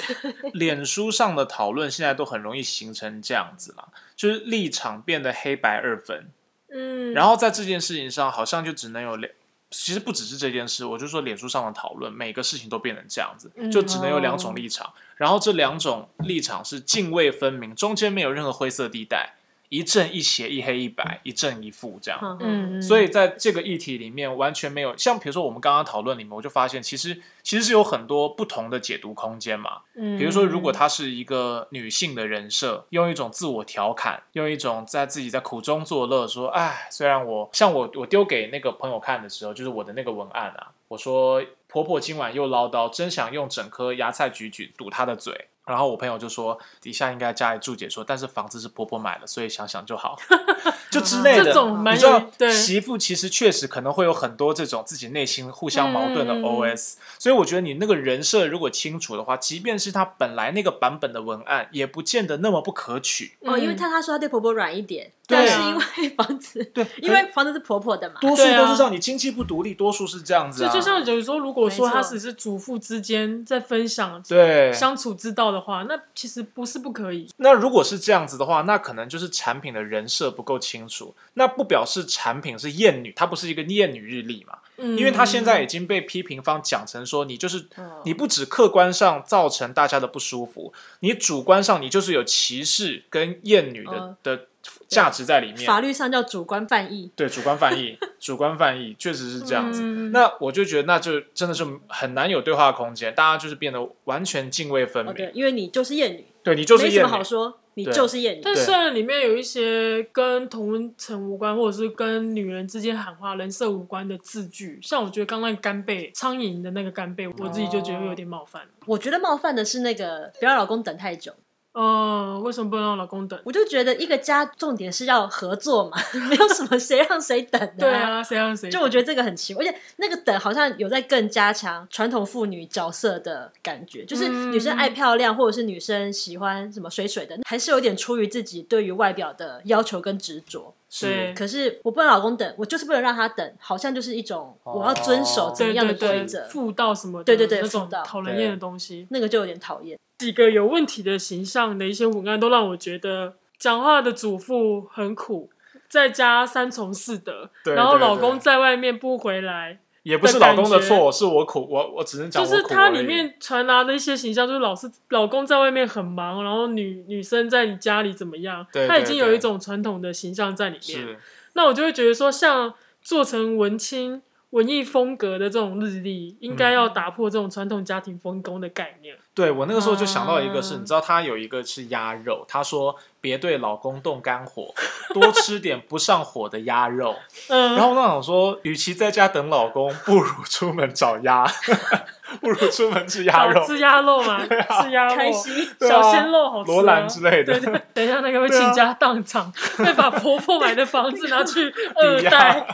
[SPEAKER 2] 脸书上的讨论现在都很容易形成这样子啦，就是立场变得黑白二分。
[SPEAKER 3] 嗯，
[SPEAKER 2] 然后在这件事情上，好像就只能有两，其实不只是这件事，我就说脸书上的讨论，每个事情都变成这样子，就只能有两种立场。然后这两种立场是泾渭分明，中间没有任何灰色地带，一正一邪，一黑一白，一正一负这样。
[SPEAKER 3] 嗯，
[SPEAKER 2] 所以在这个议题里面，完全没有像比如说我们刚刚讨论里面，我就发现其实其实是有很多不同的解读空间嘛。
[SPEAKER 3] 嗯
[SPEAKER 2] 比如说，如果她是一个女性的人设，用一种自我调侃，用一种在自己在苦中作乐，说：“哎，虽然我像我我丢给那个朋友看的时候，就是我的那个文案啊，我说婆婆今晚又唠叨，真想用整颗芽菜橘橘堵她的嘴。”然后我朋友就说，底下应该加一注解说，但是房子是婆婆买了，所以想想就好， 就之类的。
[SPEAKER 3] 嗯这种蛮
[SPEAKER 2] 你知道
[SPEAKER 3] 有，对
[SPEAKER 2] 媳妇其实确实可能会有很多这种自己内心互相矛盾的
[SPEAKER 3] 嗯嗯嗯
[SPEAKER 2] OS，、所以我觉得你那个人设如果清楚的话，即便是他本来那个版本的文案，也不见得那么不可取。
[SPEAKER 4] 哦，
[SPEAKER 3] 嗯
[SPEAKER 4] 因为他他说他对婆婆软一点，
[SPEAKER 2] 对
[SPEAKER 4] 但
[SPEAKER 2] 啊
[SPEAKER 4] 是因 为房子，
[SPEAKER 2] 对，
[SPEAKER 4] 因为房子是婆婆的嘛
[SPEAKER 2] 可。多数
[SPEAKER 3] 对啊
[SPEAKER 2] 都是让你经济不独立，多数是这样子
[SPEAKER 3] 就
[SPEAKER 2] 啊。
[SPEAKER 3] 就像有时候，如果说
[SPEAKER 4] 没错
[SPEAKER 3] 他只是主妇之间在分享
[SPEAKER 2] 对，
[SPEAKER 3] 相处之道的话，那其实不是不可以。
[SPEAKER 2] 那如果是这样子的话，那可能就是产品的人设不够清楚，那不表示产品是厌女，它不是一个厌女日历嘛？
[SPEAKER 3] 嗯
[SPEAKER 2] 因为它现在已经被批评方讲成说你就是
[SPEAKER 4] 嗯
[SPEAKER 2] 你不止客观上造成大家的不舒服，你主观上你就是有歧视跟厌女的、
[SPEAKER 4] 哦
[SPEAKER 3] 嗯
[SPEAKER 2] 的价值在里面。
[SPEAKER 4] 法律上叫主观犯意，
[SPEAKER 2] 对，主观翻译，主观翻译确实是这样子。
[SPEAKER 3] 嗯
[SPEAKER 2] 那我就觉得，那就真的是很难有对话空间，大家就是变得完全泾渭分
[SPEAKER 4] 哦
[SPEAKER 2] 明。
[SPEAKER 4] 对，因为你就是厌女，
[SPEAKER 2] 对你就是
[SPEAKER 4] 没什
[SPEAKER 2] 厌
[SPEAKER 4] 么
[SPEAKER 2] 女
[SPEAKER 4] 好，说，你
[SPEAKER 2] 对
[SPEAKER 4] 就是厌女。
[SPEAKER 3] 但
[SPEAKER 2] 对
[SPEAKER 3] 虽然里面有一些跟同温层无关，或者是跟女人之间喊话、人设无关的字句，像我觉得刚刚干贝苍蝇的那个干贝，我自己就觉得有点冒犯。
[SPEAKER 4] 我觉得冒犯的是那个不要老公等太久，哦
[SPEAKER 3] 嗯，为什么不能让老公等？
[SPEAKER 4] 我就觉得一个家重点是要合作嘛， 没有什么谁让谁等的、
[SPEAKER 3] 对。啊，谁让谁？
[SPEAKER 4] 就我觉得这个很奇怪，而且那个等好像有在更加强传统妇女角色的感觉，就是
[SPEAKER 3] 嗯
[SPEAKER 4] 女生爱漂亮，或者是女生喜欢什么水水的，还是有点出于自己对于外表的要求跟执着。
[SPEAKER 2] 是
[SPEAKER 3] 对
[SPEAKER 4] 可是我不能让老公等，我就是不能让他等，好像就是一种我要遵
[SPEAKER 2] 哦
[SPEAKER 4] 守怎么
[SPEAKER 3] 对
[SPEAKER 4] 样的
[SPEAKER 3] 对
[SPEAKER 4] 规
[SPEAKER 3] 对
[SPEAKER 4] 则，，
[SPEAKER 3] 妇道什么的
[SPEAKER 4] 对对对
[SPEAKER 3] 那
[SPEAKER 4] 妇
[SPEAKER 3] 种
[SPEAKER 4] 道
[SPEAKER 3] 讨人厌的东西。
[SPEAKER 4] 那个就有点讨厌。
[SPEAKER 3] 几个有问题的形象的一些文案，都让我觉得讲话的主妇很苦，在家三从四德，
[SPEAKER 2] 对
[SPEAKER 3] 然后
[SPEAKER 2] 对对
[SPEAKER 3] 老公在外面不回来，
[SPEAKER 2] 也不是老公的
[SPEAKER 3] 的感觉
[SPEAKER 2] 错，是我苦，我我只能讲
[SPEAKER 3] 就
[SPEAKER 2] 我苦而
[SPEAKER 3] 是
[SPEAKER 2] 已。
[SPEAKER 3] 它里面传达的一些形象，就是老是老公在外面很忙，然后女女生在你家里怎么样，
[SPEAKER 2] 对
[SPEAKER 3] 他
[SPEAKER 2] 对
[SPEAKER 3] 已经有
[SPEAKER 2] 对
[SPEAKER 3] 一种传统的形象在里面。
[SPEAKER 2] 是
[SPEAKER 3] 那我就会觉得说，像做成文青。文艺风格的这种日历，应
[SPEAKER 2] 嗯
[SPEAKER 3] 该要打破这种传统家庭分工的概念。
[SPEAKER 2] 对我那个时候就想到一个是，
[SPEAKER 3] 啊
[SPEAKER 2] 你知道她有一个是鸭肉，她说别对老公动肝火，多吃点不上火的鸭肉。
[SPEAKER 3] 嗯，
[SPEAKER 2] 然后我那想说，与其在家等老公，不如出门找鸭， 不如出门吃鸭肉啊
[SPEAKER 3] 找、吃鸭肉 嘛，吃鸭
[SPEAKER 4] 开
[SPEAKER 3] 肉，
[SPEAKER 4] 心
[SPEAKER 2] 对
[SPEAKER 3] 小
[SPEAKER 2] 啊
[SPEAKER 3] 鲜肉好吃、啊，
[SPEAKER 2] 罗兰之类啊的
[SPEAKER 3] 对。对，等一下那个会倾家荡产，会把婆婆买的房子拿 去二代，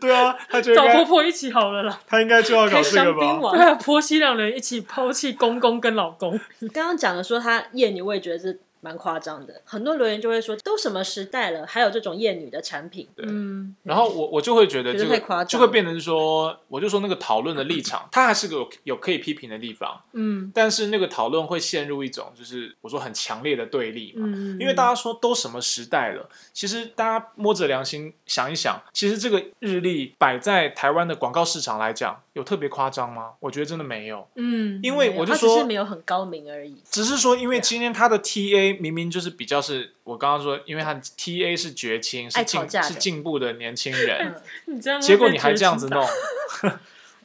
[SPEAKER 2] 对啊，她就应
[SPEAKER 3] 找婆
[SPEAKER 2] 该，
[SPEAKER 3] 婆一起好了啦。
[SPEAKER 2] 她应该就要搞
[SPEAKER 4] 开
[SPEAKER 2] 这个
[SPEAKER 4] 香槟
[SPEAKER 2] 吧？
[SPEAKER 4] 王，
[SPEAKER 3] 对 啊，婆媳两人一起抛弃公公跟老公，
[SPEAKER 4] 你刚刚讲的说她厌女，我也觉得是蛮夸张的。很多留言就会说，都什么时代了，还有这种厌女的产品？
[SPEAKER 2] 对
[SPEAKER 3] 嗯，
[SPEAKER 2] 然后我我就会觉得
[SPEAKER 4] 觉
[SPEAKER 2] 这
[SPEAKER 4] 得
[SPEAKER 2] 个
[SPEAKER 4] 太夸张
[SPEAKER 2] 就会变成说，我就说那个讨论的立场，它还是个有有可以批评的地方，
[SPEAKER 3] 嗯
[SPEAKER 2] 但是那个讨论会陷入一种就是我说很强烈的对立嘛。
[SPEAKER 3] 嗯，
[SPEAKER 2] 因为大家说都什么时代了，其实大家摸着良心想一想，其实这个日历摆在台湾的广告市场来讲，有特别夸张吗？我觉得真的没有，
[SPEAKER 3] 嗯，
[SPEAKER 2] 因为我就
[SPEAKER 4] 她只
[SPEAKER 2] 说
[SPEAKER 4] 是没有啊很高明而已。
[SPEAKER 2] 只是说，因为今天他的 TA 明明就是比较是我刚刚说，因为他 TA 是绝情，是
[SPEAKER 4] 爱吵
[SPEAKER 2] 进
[SPEAKER 4] 架的
[SPEAKER 2] 是进步的年轻人，
[SPEAKER 4] 嗯，
[SPEAKER 3] 你这样会被
[SPEAKER 2] 结果你还这样子
[SPEAKER 3] 绝情
[SPEAKER 2] 弄，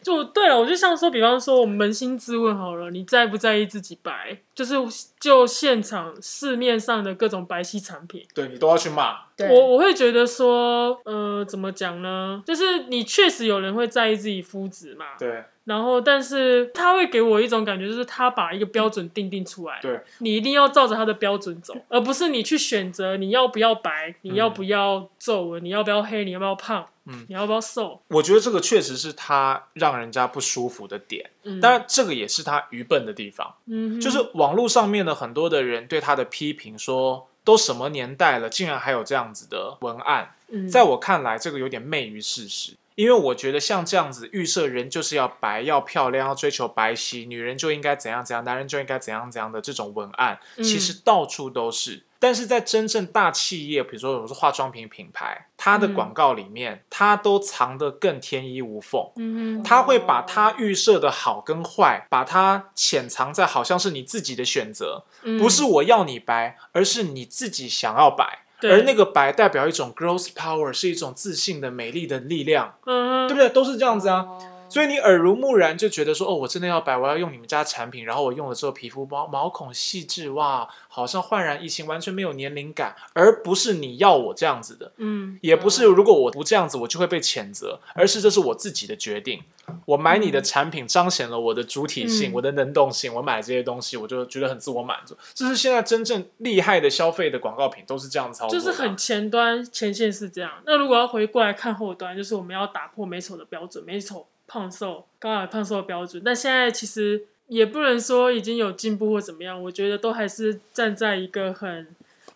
[SPEAKER 3] 就对啊了，我就像说，比方说，我们扪心自问好了，你在不在意自己白？就是就现场市面上的各种白皙产品，
[SPEAKER 2] 对你都要去骂，
[SPEAKER 4] 对
[SPEAKER 3] 我我会觉得说，呃，怎么讲呢？就是你确实有人会在意自己肤质嘛，
[SPEAKER 2] 对
[SPEAKER 3] 然后但是他会给我一种感觉，就是他把一个标准定定出来，
[SPEAKER 2] 对，
[SPEAKER 3] 你一定要照着他的标准走，而不是你去选择你要不要白，你要不要皱纹，你要不要黑，你要不要胖，
[SPEAKER 2] 嗯
[SPEAKER 3] 你要不要瘦，
[SPEAKER 2] 我觉得这个确实是他让人家不舒服的点，
[SPEAKER 3] 嗯，
[SPEAKER 2] 当然这个也是他愚笨的地方。
[SPEAKER 3] 嗯哼，
[SPEAKER 2] 就是网络上面的很多的人对他的批评说，都什么年代了，竟然还有这样子的文案。
[SPEAKER 3] 嗯
[SPEAKER 2] 在我看来，这个有点昧于事实，因为我觉得像这样子预设人就是要白、要漂亮、要追求白皙，女人就应该怎样怎样，男人就应该怎样怎样的这种文案，
[SPEAKER 3] 嗯
[SPEAKER 2] 其实到处都是。但是在真正大企业，比如说我是化妆品品牌，它的
[SPEAKER 3] 嗯
[SPEAKER 2] 广告里面，它都藏得更天衣无缝。
[SPEAKER 3] 嗯哼，
[SPEAKER 2] 他会把他预设的好跟坏，把它潜藏在好像是你自己的选择，
[SPEAKER 3] 嗯
[SPEAKER 2] 不是我要你白，而是你自己想要白。
[SPEAKER 3] 对
[SPEAKER 2] 而那个白代表一种 girls power，是一种自信的美丽的力量，
[SPEAKER 3] 嗯
[SPEAKER 2] 对不
[SPEAKER 3] 哼，
[SPEAKER 2] 对？都是这样子啊。
[SPEAKER 4] 哎
[SPEAKER 2] 所以你耳濡目染就觉得说，哦，我真的要白，我要用你们家产品，然后我用了之后皮肤毛毛孔细致，哇，好像焕然一新，完全没有年龄感，而不是你要我这样子的。
[SPEAKER 3] 嗯
[SPEAKER 2] 也不是如果我不这样子，我就会被谴责，而是这是我自己的决定。我买你的产品，彰显了我的主体性、
[SPEAKER 3] 嗯
[SPEAKER 2] 我的能动性。我买这些东西，我就觉得很自我满足。这是现在真正厉害的消费的广告品，都是这样操作
[SPEAKER 3] 就
[SPEAKER 2] 的，啊
[SPEAKER 3] 是很前端前线是这样。那如果要回过来看后端，就是我们要打破美丑的标准，美丑胖瘦高矮胖瘦的标准。但现在其实也不能说已经有进步或怎么样，我觉得都还是站在一个很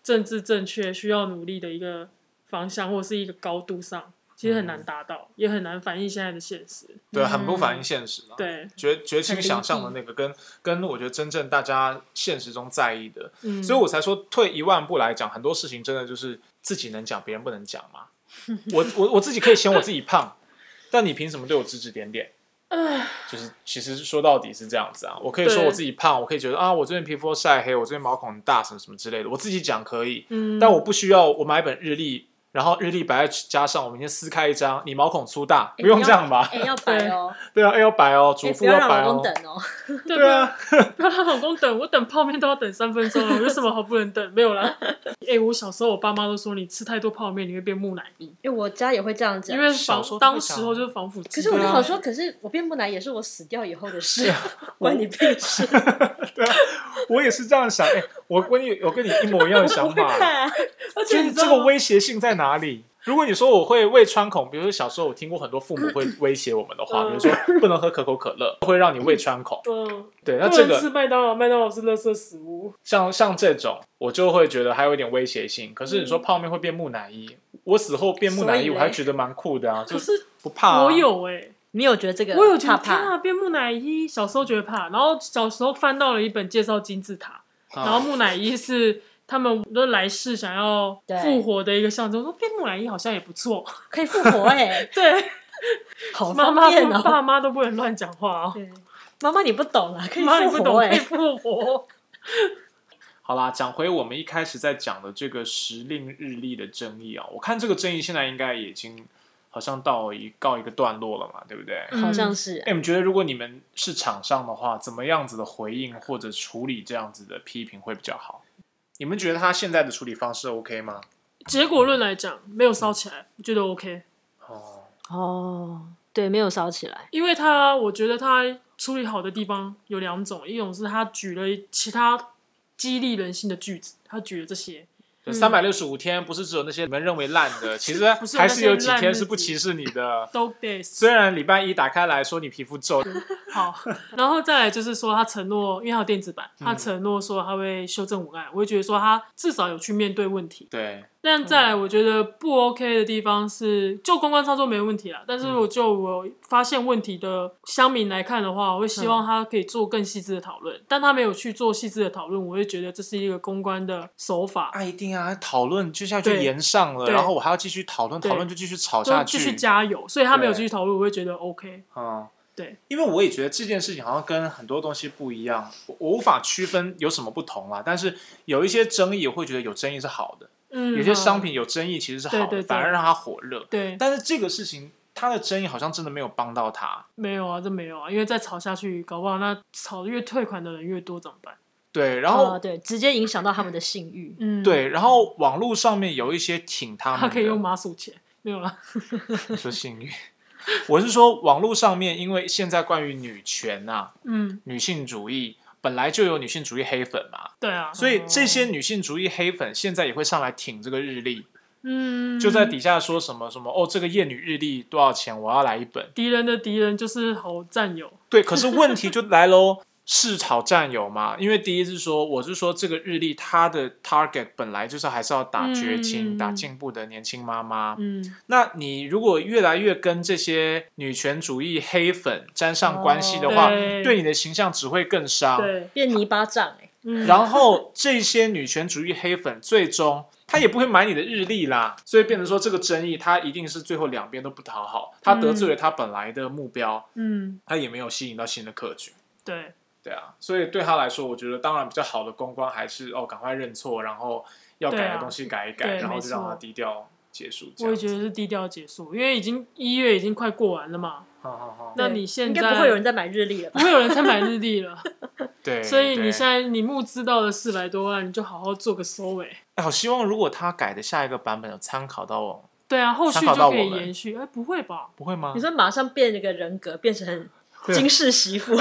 [SPEAKER 3] 政治正确、需要努力的一个方向或是一个高度上，其实很
[SPEAKER 2] 嗯
[SPEAKER 3] 难达到，也很难反映现在的现实。
[SPEAKER 2] 对，啊很
[SPEAKER 3] 嗯
[SPEAKER 2] 不反映现实啊了。
[SPEAKER 3] 对，
[SPEAKER 2] 绝绝
[SPEAKER 4] 很
[SPEAKER 2] 情
[SPEAKER 4] 离
[SPEAKER 2] 想象的
[SPEAKER 4] 地
[SPEAKER 2] 那个，跟跟我觉得真正大家现实中在意的，
[SPEAKER 3] 嗯，
[SPEAKER 2] 所以我才说退一万步来讲，很多事情真的就是自己能讲，别人不能讲 嘛。我我我自己可以嫌我自己胖，但你凭什么对我指指点点？就是其实说到底是这样子啊，我可以说
[SPEAKER 3] 对
[SPEAKER 2] 我自己胖，我可以觉得啊，我最近皮肤晒黑，我最近毛孔很大，什么什么之类的，我自己讲可以，
[SPEAKER 3] 嗯，
[SPEAKER 2] 但我不需要我买一本日历，然后日历摆在加上，我明天撕开一张，你毛孔粗大，不用这样吧？
[SPEAKER 4] 哎、要白哦，
[SPEAKER 2] 对啊，哎要白哦，主
[SPEAKER 4] 哎、不
[SPEAKER 2] 妇
[SPEAKER 4] 要让
[SPEAKER 2] 白
[SPEAKER 4] 老
[SPEAKER 2] 哦
[SPEAKER 4] 公，等哦。
[SPEAKER 3] 对
[SPEAKER 2] 对啊，
[SPEAKER 3] 不要让老公等我，等泡面都要等三分钟了，我有什么好不能等？没有 啦。哎、我小时候我爸妈都说你吃太多泡面你会变木乃伊，
[SPEAKER 4] 嗯因为我家也会这样讲
[SPEAKER 3] 因，为
[SPEAKER 2] 小
[SPEAKER 3] 防
[SPEAKER 2] 时候都会
[SPEAKER 3] 当时
[SPEAKER 2] 讲
[SPEAKER 3] 候就是防腐剂。
[SPEAKER 4] 可是我就
[SPEAKER 2] 对啊
[SPEAKER 4] 好说，可是我变木乃伊也是我死掉以后的事， 关你屁事。
[SPEAKER 2] 我也是这样想，哎、我跟你我跟你一模一样的想法。
[SPEAKER 4] 看，
[SPEAKER 3] 而且
[SPEAKER 2] 就
[SPEAKER 3] 你
[SPEAKER 2] 是
[SPEAKER 3] 知
[SPEAKER 2] 这
[SPEAKER 3] 道
[SPEAKER 2] 个
[SPEAKER 3] 吗
[SPEAKER 2] 威胁性在哪里？如果你说我会胃穿孔，比如说小时候我听过很多父母会威胁我们的话，
[SPEAKER 3] 嗯
[SPEAKER 2] 比如说不能喝可口可乐，会让你胃穿孔。
[SPEAKER 3] 嗯，
[SPEAKER 2] 对，那
[SPEAKER 3] 不
[SPEAKER 2] 这
[SPEAKER 3] 能吃
[SPEAKER 2] 个
[SPEAKER 3] 麦当劳，麦当劳是垃圾食物。
[SPEAKER 2] 像像这种，我就会觉得还有一点威胁性。可是你
[SPEAKER 3] 嗯
[SPEAKER 2] 说泡面会变木乃伊，我死后变木乃
[SPEAKER 4] 所以
[SPEAKER 2] 伊，
[SPEAKER 4] 嘞
[SPEAKER 2] 我还觉得蛮酷的啊，就
[SPEAKER 3] 可是
[SPEAKER 2] 不怕、啊。
[SPEAKER 3] 我有哎、
[SPEAKER 4] 你有觉得这个？
[SPEAKER 3] 我有觉得
[SPEAKER 4] 怕
[SPEAKER 3] 天
[SPEAKER 4] 怕。
[SPEAKER 3] 啊，变木乃伊，小时候觉得怕，然后小时候翻到了一本介绍金字塔，
[SPEAKER 2] 啊，
[SPEAKER 3] 然后木乃伊是。他们的来世想要
[SPEAKER 4] 对
[SPEAKER 3] 复活的一个象征，我说变木乃伊好像也不错。
[SPEAKER 4] 可以复活哎、
[SPEAKER 3] 对，
[SPEAKER 4] 好
[SPEAKER 3] 妈
[SPEAKER 4] 方
[SPEAKER 3] 妈
[SPEAKER 4] 便
[SPEAKER 3] 不、
[SPEAKER 4] 哦。
[SPEAKER 3] 爸妈都不能乱讲话哦。
[SPEAKER 4] 对，妈妈你不懂啊，可以
[SPEAKER 3] 妈，你
[SPEAKER 4] 复
[SPEAKER 3] 不懂
[SPEAKER 4] 活哎、
[SPEAKER 3] 可以欸复活。
[SPEAKER 2] 好啦，讲回我们一开始在讲的这个时令日历的争议啊，我看这个争议现在应该已经好像到一告一个段落了嘛，对不对？
[SPEAKER 4] 好像是、
[SPEAKER 2] 哎、你们觉得如果你们是厂商的话，怎么样子的回应或者处理这样子的批评会比较好？你们觉得他现在的处理方式 OK 吗？
[SPEAKER 3] 结果论来讲，没有烧起来，我觉得 OK，
[SPEAKER 2] 哦，
[SPEAKER 4] 哦，对，没有烧起来。
[SPEAKER 3] 因为他我觉得他处理好的地方有两种，一种是他举了其他激励人心的句子，他举了这些，
[SPEAKER 2] 就三百六十五天，不是只有那些你们认为烂的，其实
[SPEAKER 3] 嗯不是有
[SPEAKER 2] 还
[SPEAKER 3] 那
[SPEAKER 2] 是
[SPEAKER 3] 些
[SPEAKER 2] 有几
[SPEAKER 3] 烂日
[SPEAKER 2] 天是不
[SPEAKER 3] 子
[SPEAKER 2] 歧视你的。
[SPEAKER 3] 都 base
[SPEAKER 2] 虽然礼拜一打开来说你皮 肤皱，
[SPEAKER 3] 好，然后再来就是说他承诺，因为他有电子版，他承诺说他会修正文案，我会觉得说他至少有去面对问题，
[SPEAKER 2] 对，
[SPEAKER 3] 但再来，我觉得不 OK 的地方是，就公关操作没问题啦。但
[SPEAKER 2] 嗯
[SPEAKER 3] 是如果就我发现问题的乡民来看的话，我会希
[SPEAKER 2] 嗯
[SPEAKER 3] 望他可以做更细致的讨论。但他没有去做细致的讨论，我会觉得这是一个公关的手法，
[SPEAKER 2] 啊，一定啊，讨论就下去
[SPEAKER 3] 对
[SPEAKER 2] 延上了，
[SPEAKER 3] 对
[SPEAKER 2] 然后我还要继续讨论，
[SPEAKER 3] 对
[SPEAKER 2] 讨论就继续吵
[SPEAKER 3] 就
[SPEAKER 2] 下
[SPEAKER 3] 继
[SPEAKER 2] 去，
[SPEAKER 3] 续加油。所以他没有
[SPEAKER 2] 对
[SPEAKER 3] 继续讨论，我会觉得 OK。
[SPEAKER 2] 嗯，
[SPEAKER 3] 对，
[SPEAKER 2] 因为我也觉得这件事情好像跟很多东西不一样，我我无法区分有什么不同啦。但是有一些争议，我会觉得有争议是好的，
[SPEAKER 3] 嗯，
[SPEAKER 2] 有些商品有争议其实是好的，
[SPEAKER 3] 对对对
[SPEAKER 2] 反而让它火热。
[SPEAKER 3] 对，
[SPEAKER 2] 但是这个事情他的争议好像真的没有帮到他。
[SPEAKER 3] 没有啊，这没有啊，因为再吵下去，搞不好那吵越退款的人越多怎么办？
[SPEAKER 2] 对，然后、
[SPEAKER 3] 哦
[SPEAKER 4] 啊对，直接影响到他们的信誉。
[SPEAKER 3] 嗯，，
[SPEAKER 2] 对，然后网络上面有一些挺他们的，
[SPEAKER 3] 他可以用麻薯钱，没有啦。
[SPEAKER 2] 你说性欲， 我是说网络上面，因为现在关于女权啊、
[SPEAKER 3] 嗯，
[SPEAKER 2] 女性主义，本来就有女性主义黑粉嘛，
[SPEAKER 3] 对啊，
[SPEAKER 2] 所以这些女性主义黑粉现在也会上来挺这个日历，
[SPEAKER 3] 嗯，
[SPEAKER 2] 就在底下说什么什么哦，这个厌女日历多少钱？我要来一本。
[SPEAKER 3] 敌人的敌人就是好战友。
[SPEAKER 2] 对，可是问题就来 喽。是讨战友嘛？因为第一是说，我是说这个日历它的 target 本来就是还是要打绝
[SPEAKER 3] 嗯
[SPEAKER 2] 情、打进步的年轻妈妈，
[SPEAKER 3] 嗯，
[SPEAKER 2] 那你如果越来越跟这些女权主义黑粉沾上关系的话，
[SPEAKER 3] 哦对
[SPEAKER 2] 对你的形象只会更伤。
[SPEAKER 3] 对，
[SPEAKER 4] 变泥巴仗哎、
[SPEAKER 3] 嗯，
[SPEAKER 2] 然后这些女权主义黑粉最终他也不会买你的日历啦，所以变成说这个争议，他一定是最后两边都不讨好，他得罪了他本来的目标，
[SPEAKER 3] 嗯，
[SPEAKER 2] 他也没有吸引到新的客群。
[SPEAKER 3] 对，
[SPEAKER 2] 对啊，所以对他来说，我觉得当然比较好的公关还是哦，赶快认错，然后要
[SPEAKER 3] 对啊
[SPEAKER 2] 改的东西改一改，
[SPEAKER 3] 对
[SPEAKER 2] 然后
[SPEAKER 3] 没
[SPEAKER 2] 就让
[SPEAKER 3] 错
[SPEAKER 2] 他低调结束这
[SPEAKER 3] 我
[SPEAKER 2] 样
[SPEAKER 3] 也
[SPEAKER 2] 子。
[SPEAKER 3] 觉得是低调结束，因为已经一月已经快过完了嘛，
[SPEAKER 2] 好好好，
[SPEAKER 3] 那
[SPEAKER 4] 对
[SPEAKER 3] 你现
[SPEAKER 4] 应该
[SPEAKER 3] 在
[SPEAKER 4] 不会有人在买日历了吧？
[SPEAKER 3] 不会有人再买日历了，
[SPEAKER 2] 对，
[SPEAKER 3] 所以
[SPEAKER 2] 对
[SPEAKER 3] 你现在你募资到了四百多万，你就好好做个收尾。
[SPEAKER 2] 哎，好希望如果他改的下一个版本有参考到我，
[SPEAKER 3] 对啊，后续
[SPEAKER 2] 参考到
[SPEAKER 3] 就可以
[SPEAKER 2] 我们
[SPEAKER 3] 延续。哎，不会吧？
[SPEAKER 2] 不会吗
[SPEAKER 4] 你？说马上变一个人格，变成
[SPEAKER 2] 对
[SPEAKER 4] 金氏媳 妇。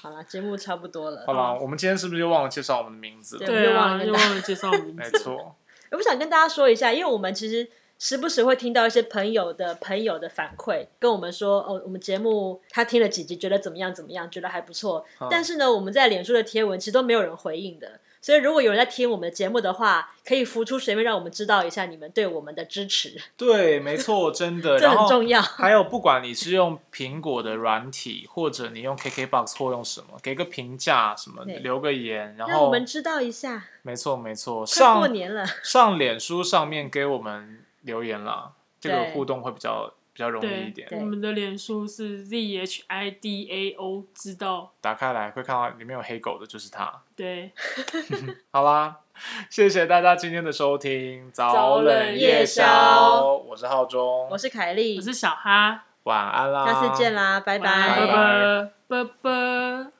[SPEAKER 4] 好了，节目差不多了
[SPEAKER 2] 好。了，我们今天是不是又忘了介绍我们的名字了？
[SPEAKER 4] 对
[SPEAKER 3] 对
[SPEAKER 4] 我
[SPEAKER 3] 啊，
[SPEAKER 4] 们
[SPEAKER 3] 又
[SPEAKER 4] 又忘了跟大
[SPEAKER 3] 忘了介绍 名
[SPEAKER 2] 没
[SPEAKER 3] 字。
[SPEAKER 2] 错，
[SPEAKER 4] 我想跟大家说一下，因为我们其实时不时会听到一些朋友的朋友的反馈，跟我们说哦，我们节目他听了几集，觉得怎么样怎么样，觉得还不错。
[SPEAKER 2] 嗯
[SPEAKER 4] 但是呢，我们在脸书的贴文其实都没有人回应的。所以，如果有人在听我们的节目的话，可以浮出水面，让我们知道一下你们对我们的支持，
[SPEAKER 2] 对，没错，真的。
[SPEAKER 4] 这
[SPEAKER 2] 然
[SPEAKER 4] 很
[SPEAKER 2] 后
[SPEAKER 4] 重要。
[SPEAKER 2] 还有，不管你是用苹果的软体，或者你用 KKBox 或用什么，给个评价什么，
[SPEAKER 4] 对
[SPEAKER 2] 留个言，然
[SPEAKER 4] 让我
[SPEAKER 2] 后
[SPEAKER 4] 们知道一下，
[SPEAKER 2] 没错没
[SPEAKER 4] 快
[SPEAKER 2] 错，
[SPEAKER 4] 过
[SPEAKER 2] 上
[SPEAKER 4] 年了，
[SPEAKER 2] 上脸书上面给我们留言啦，这个
[SPEAKER 4] 对
[SPEAKER 2] 互动会比较比较容易一
[SPEAKER 3] 对
[SPEAKER 2] 点，。
[SPEAKER 4] 对
[SPEAKER 3] 我们的脸书是 Z H I D A O，知道？
[SPEAKER 2] 打开来会看到里面有黑狗的，就是它。
[SPEAKER 3] 对，
[SPEAKER 2] 好啦，谢谢大家今天的收听，
[SPEAKER 3] 早
[SPEAKER 2] 冷
[SPEAKER 3] 冷
[SPEAKER 2] 夜
[SPEAKER 4] 夜
[SPEAKER 2] 宵
[SPEAKER 4] 宵，
[SPEAKER 2] 我是浩中
[SPEAKER 4] 我，是凯莉
[SPEAKER 3] 我，是小哈，
[SPEAKER 2] 晚安啦，
[SPEAKER 4] 下次见啦，拜
[SPEAKER 3] 晚安
[SPEAKER 2] 拜拜
[SPEAKER 3] 拜拜拜拜。